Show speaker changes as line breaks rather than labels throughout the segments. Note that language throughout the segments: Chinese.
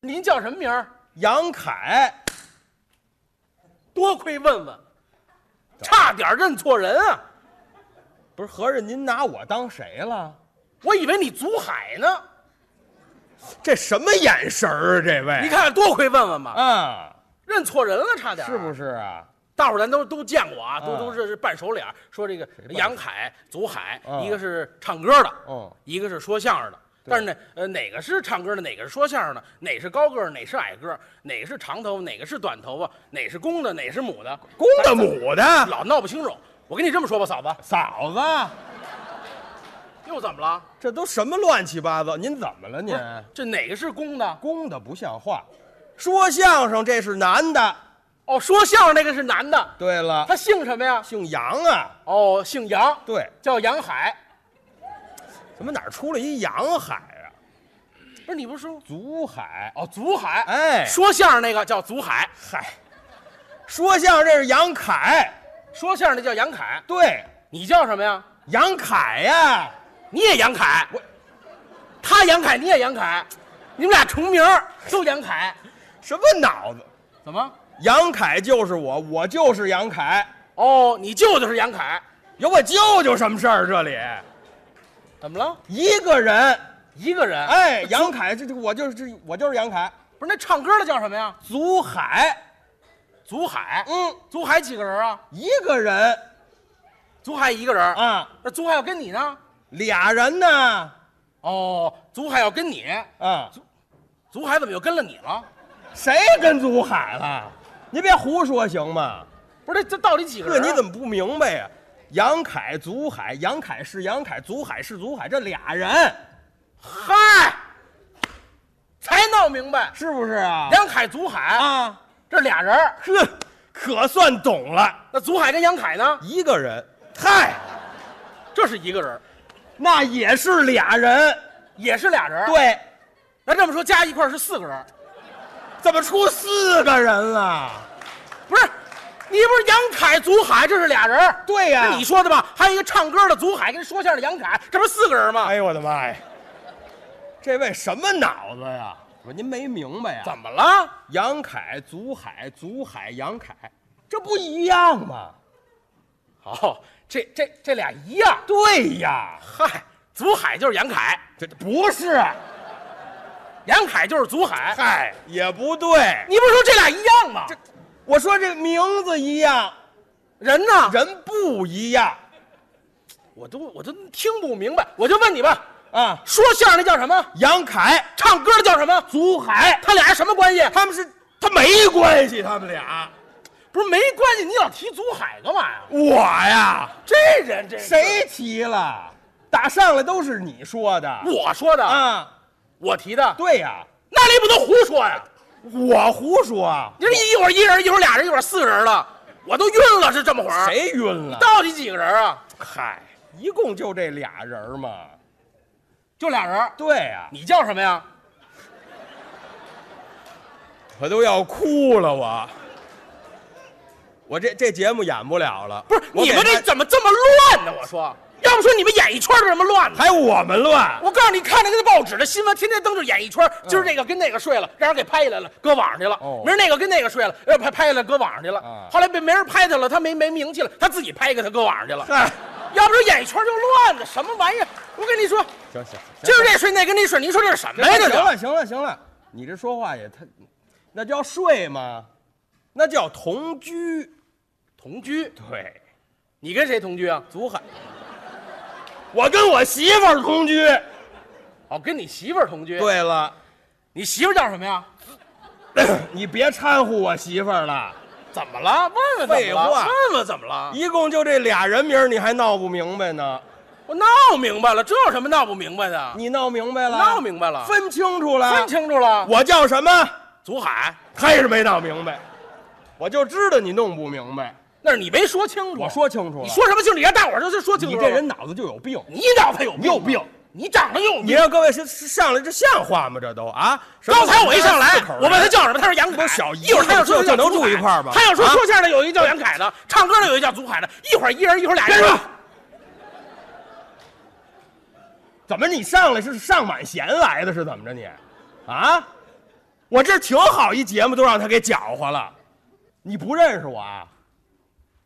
您叫什么名儿？
杨凯，
多亏问问，差点认错人啊！
不是合着您拿我当谁了？
我以为你祖海呢。
这什么眼神儿啊？这位，
你看，多亏问问吧，
啊，
认错人了，差点
是不
是？
是啊？
大伙儿咱都都见过啊，都
啊
都是是半熟脸儿，说这个
半
杨凯、祖海，
啊
一个是唱歌的，
嗯，
一个是说相声的。但是呢，呃，哪个是唱歌的，哪个是说相声的，哪是高个儿，哪是矮个儿，哪是长头发，哪个是短头发，哪是公的，哪是母的，
公的母的，
老闹不清楚。我跟你这么说吧，嫂子，
哎嫂子，
又怎么了？
这都什么乱七八糟？您怎么了
不
您？
是，这哪个是公的？
公的不像话，说相声这是男的。
哦，说相声那个是男的，
对了，
他姓什么呀？
姓杨啊，
哦，姓杨，
对，
叫杨海。
怎么哪儿出了一杨海啊？
不是你不是说
祖海，
哦，祖海？
哎
说相声那个叫祖海，
嗨，说相声这是杨凯，
说相声那叫杨凯。
对，
你叫什么呀？
杨凯呀、
你也杨凯，
我
他杨凯，你也杨凯，你们俩重名儿都杨凯，
什么脑子？
怎么？
杨凯就是我，我就是杨凯，
哦，你舅舅是杨凯，
有我舅舅什么事儿？这里
怎么了？
一个人，
一个人？
哎，杨凯，这这我就是这我就是杨凯，
不是那唱歌的叫什么呀？
祖海，
祖海。
嗯，
祖海几个人啊？
一个人
祖海一个人。
啊，
那祖海要跟你呢？
俩人呢，
哦，祖海要跟你，
啊，
祖海怎么又跟了你了？
谁跟祖海了？您别胡说行吗？
不是这这到底几个
这
人、啊？
你怎么不明白呀、杨凯、祖海，杨凯是杨凯，祖海是祖海，这俩人
嗨，才闹明白，
是不是啊？
杨凯、祖海
啊，
这俩人儿，
呵，可算懂了，
那祖海跟杨凯呢？
一个人，嗨，
这是一个人儿，
那也是俩人，
也是俩人儿。，
对，
那这么说加一块儿是四个人儿，
怎么出四个人啊了？
不是？你不是杨凯、祖海，这是俩人儿。
对呀、
那你说的吧？还有一个唱歌的祖海跟说相声的杨凯，这不是四个人吗？
哎呦我的妈呀，这位什么脑子呀？我说您没明白呀？
怎么了？
杨凯、祖海、祖海、杨凯，这不一样吗？
哦，这这这俩一样。
对呀，
嗨，祖海就是杨凯，
这不是。
杨凯就是祖海。
嗨，也不对。
你不是说这俩一样吗？
这我说这名字一样，
人呢？
人不一样
我都我都听不明白，我就问你吧，
啊。
说相声的叫什么？
杨凯、
唱歌的叫什么？
祖海，
他俩是什么关系？
他们是他没关系，他们俩。
不是没关系，你老提祖海干嘛呀？
我呀，
这人这
谁提了？打上来都是你说的
我说的，
啊？
我提的，
对呀，
那你不能胡说呀？
我胡说啊，
你这一会儿一人，一会儿俩人，一会儿四人了，我都晕了，是这么回事？？
谁晕了？
到底几个人啊？
嗨，一共就这俩人嘛。
就俩人。
对呀，
你叫什么呀？
我都要哭了，我。我这这节目演不了了，
不是
我
你
给
们
他
这怎么这么乱呢？我说，要不说你们演艺圈儿这么乱呢？
还我们乱，
我告诉你，看那个报纸的新闻，天天登着演艺圈，今儿这个跟那个睡了，让人给拍下来了，搁网上去了；
嗯哦
明儿那个跟那个睡了，呃，拍拍下来搁网上去了。
啊
后来被没人拍他了，他没没名气了，他自己拍一个，他搁网上去了。
嗨，
要不说演艺圈就乱了，什么玩意儿？我跟你说，
行行，
今儿这睡那个那睡，你说这是什么
行
呀？这
哎行
叫
了行了行了，你这说话也太，那叫睡吗？那叫同居。
同居，
对，
你跟谁同居啊？
祖海，我跟我媳妇儿同居。
哦，跟你媳妇儿同居。，
对了，
你媳妇儿叫什么呀？
你别掺和我媳妇
啊
儿了，
怎么了？问问怎么
废
了？
话
问问怎么了？
一共就这俩人名儿，你还闹不明白呢？
我闹明白了，这有什么闹不明白的？
你闹明白了？
闹明白了
分清楚了。
分清楚了，
啊我叫什么？
祖海，
还是没闹明白？我就知道你弄不明白。
那是你没说清楚。
我说清楚了。
你说什么清楚？你让大伙儿就说清楚。
你这人，脑子就有病。
你脑子有病，
你有病，
你长得有
你
病。
让各位是是上来这像话吗？这都啊！什么啊
刚才我一上来
四口，人
我问他叫什么，他说杨
不
凯。
是小姨
一会儿他又说
就就
叫
能
祖海
住一块儿吗
他又说
啊
说相声的有一个叫杨凯的，唱歌的有一个叫祖海的，一会儿一人，一会儿俩
别
人。
说，怎么你上来是上满弦来的？是怎么着你？啊？我这挺好一节目都让他给搅和了。你不认识我啊？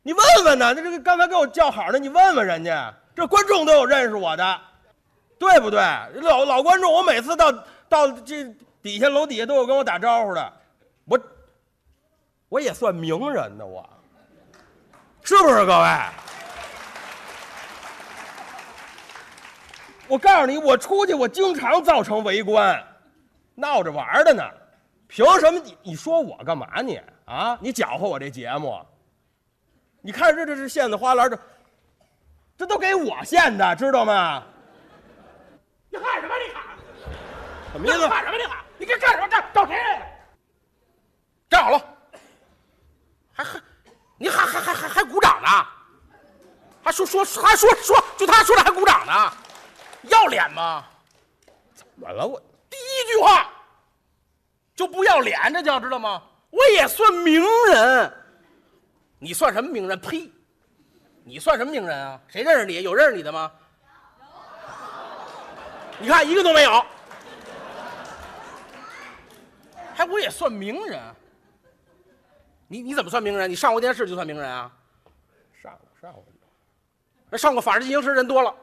你问问呢？那这个刚才给我叫好的，你问问人家，这观众都有认识我的，对不对？老老观众，我每次到到这底下楼底下都有跟我打招呼的，我我也算名人呢，我是不是各位？我告诉你，我出去我经常造成围观，闹着玩儿的呢。凭什么你你说我干嘛你啊？你搅和我这节目？你看这这这线子花篮这，这都给我线的，知道吗？
你喊什么？你喊
什么意思？
喊什么？你喊！你干干什么？站找谁来了？
站好了，
还还，你还还还还还鼓掌呢？还说说还说说，就他说的还鼓掌呢？要脸吗？
怎么了我？
第一句话就不要脸，这叫知道吗？我也算名人，你算什么名人？呸！你算什么名人啊？谁认识你？有认识你的吗？你看一个都没有，还哎我也算名人？啊你你怎么算名人？你上过电视就算名人啊？
上午上午
那上过《法制进行时》人多了，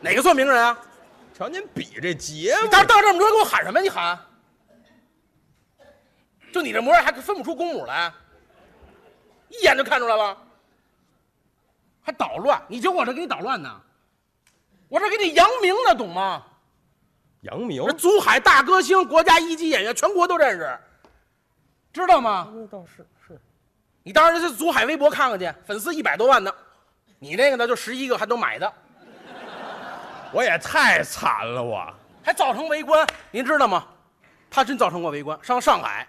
哪个算名人啊？
瞧您比这节
你
目，
到到这么多人给我喊什么？你喊？啊就你这模样还分不出公母来，啊一眼就看出来了。还捣乱？你觉得我这给你捣乱呢？我这给你扬名呢，懂吗？
杨明
我这珠海大歌星、国家一级演员，全国都认识，知道吗？
嗯倒是是，
你当然是珠海微博看看去，粉丝一百多万呢。你这个呢，就十一个还都买的，
我也太惨了我。
还造成围观，您知道吗？他真造成过围观，上上海，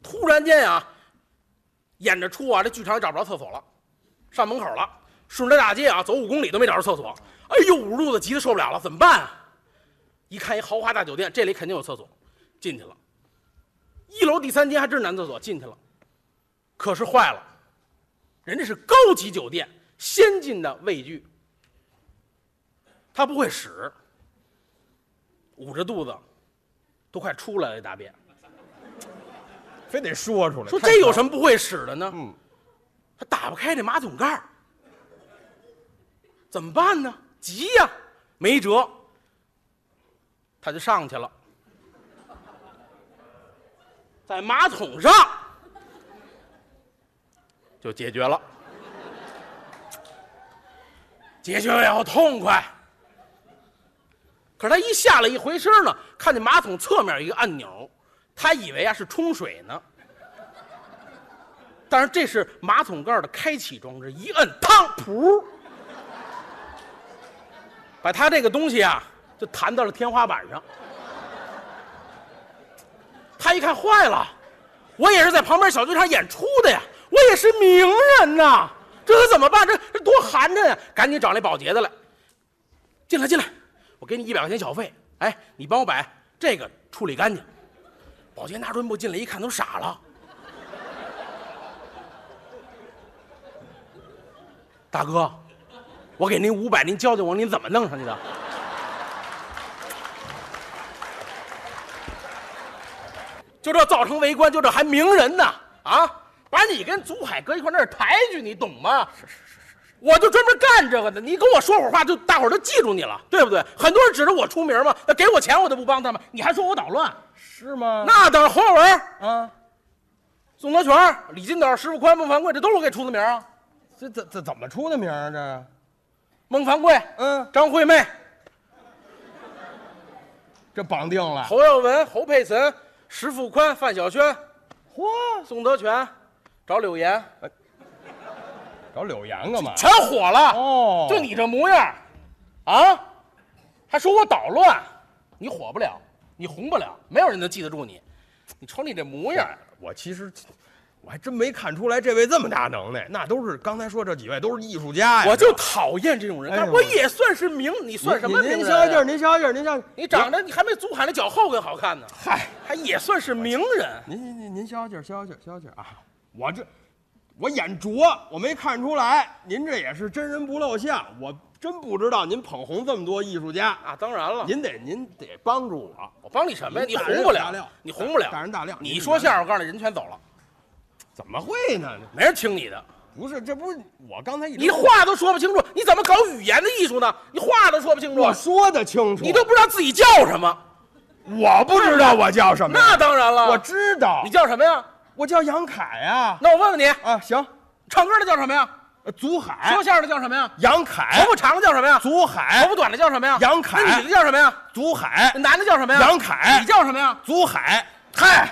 突然间啊，演着出啊，这剧场也找不着厕所了，上门口了，顺着大街啊走五公里都没找着厕所，哎呦，五路子急得受不了了，怎么办啊？一看一豪华大酒店，这里肯定有厕所，进去了，一楼第三间还真是男厕所，进去了，可是坏了，人家是高级酒店，先进的卫浴，他不会使。捂着肚子，都快出来了大便。
非得说出来。
说这有什么不会使的呢？
嗯，
他打不开这马桶盖儿，怎么办呢？急呀，没辙，他就上去了，在马桶上就解决了，解决了以后痛快。可是他一下来一回身呢，看见马桶侧面有一个按钮，他以为啊是冲水呢。但是这是马桶盖的开启装置，一摁，嘡，噗，把他这个东西啊就弹到了天花板上。他一看坏了，我也是在旁边小剧场演出的呀，我也是名人呐，这可怎么办？这这多寒碜呀！赶紧找那保洁的来，进来进来，我给你一百块钱小费，哎，你帮我把这个处理干净。保洁拿墩布进来一看，都傻了。大哥，我给您五百，您教教我，您怎么弄上去的？就这造成围观，就这还名人呢啊！把你跟祖海搁一块儿那是抬举，你懂吗？是是是是是，我就专门干这个的。你跟我说会儿话，就大伙儿都记住你了，对不对？很多人指着我出名嘛，那给我钱我都不帮他们，你还说我捣乱？
是吗？
那当然，黄晓文、
啊，
宋德全、李金斗、石富宽、孟凡贵，这都是我给出的名儿啊。
这怎怎怎么出的名儿啊？
孟凡贵、
这嗯，
张惠妹、
这绑定了。
侯耀文、侯佩岑、石富宽、范晓萱、
嚯，
宋德全，找柳岩，
找柳岩干嘛？
全火了。
哦
就你这模样，啊，还说我捣乱，你火不了，你红不了，没有人能记得住你。你瞅你这模样，
我其实我还真没看出来这位这么大能耐，那都是刚才说这几位都是艺术家呀。
我就讨厌这种人。
哎呦
但我也算是名，你算什么
您
名
您
人
消
啊？
消气儿，您消消气儿，您消。
你长得你还没祖海那脚后跟好看呢，
嗨，
还也算是名人。
您您您您消消气儿，消消气儿，消消气儿啊！我这我眼拙，我没看出来。您这也是真人不露相，我真不知道您捧红这么多艺术家，
啊，当然了，
您得您得帮助我。
我帮你什么呀？你
大
红
人
不
大
了
量，
你红不了，
大人大量
你说相声，我告诉你，人全走了，
怎么会呢？
没人听你的。
不是，这不是我刚才一直
你话都说不清楚，你怎么搞语言的艺术呢？你话都说不清楚
我，说的清楚，
你都不知道自己叫什么。
我不知道我叫什么呀，
那当然了，
嗯我知道
啊你，叫什么呀？
我叫杨凯呀。
那我问问你，
啊，行，
唱歌的叫什么呀？
呃祖海
说，相声的叫什么呀？
杨凯
头，发长的叫什么呀？
祖
头
海，
发短的叫什么呀？
哎杨凯
那女的叫什么呀？
祖海
那，男的叫什么呀？
杨
你
凯，
叫什么呀？
祖海，嗨，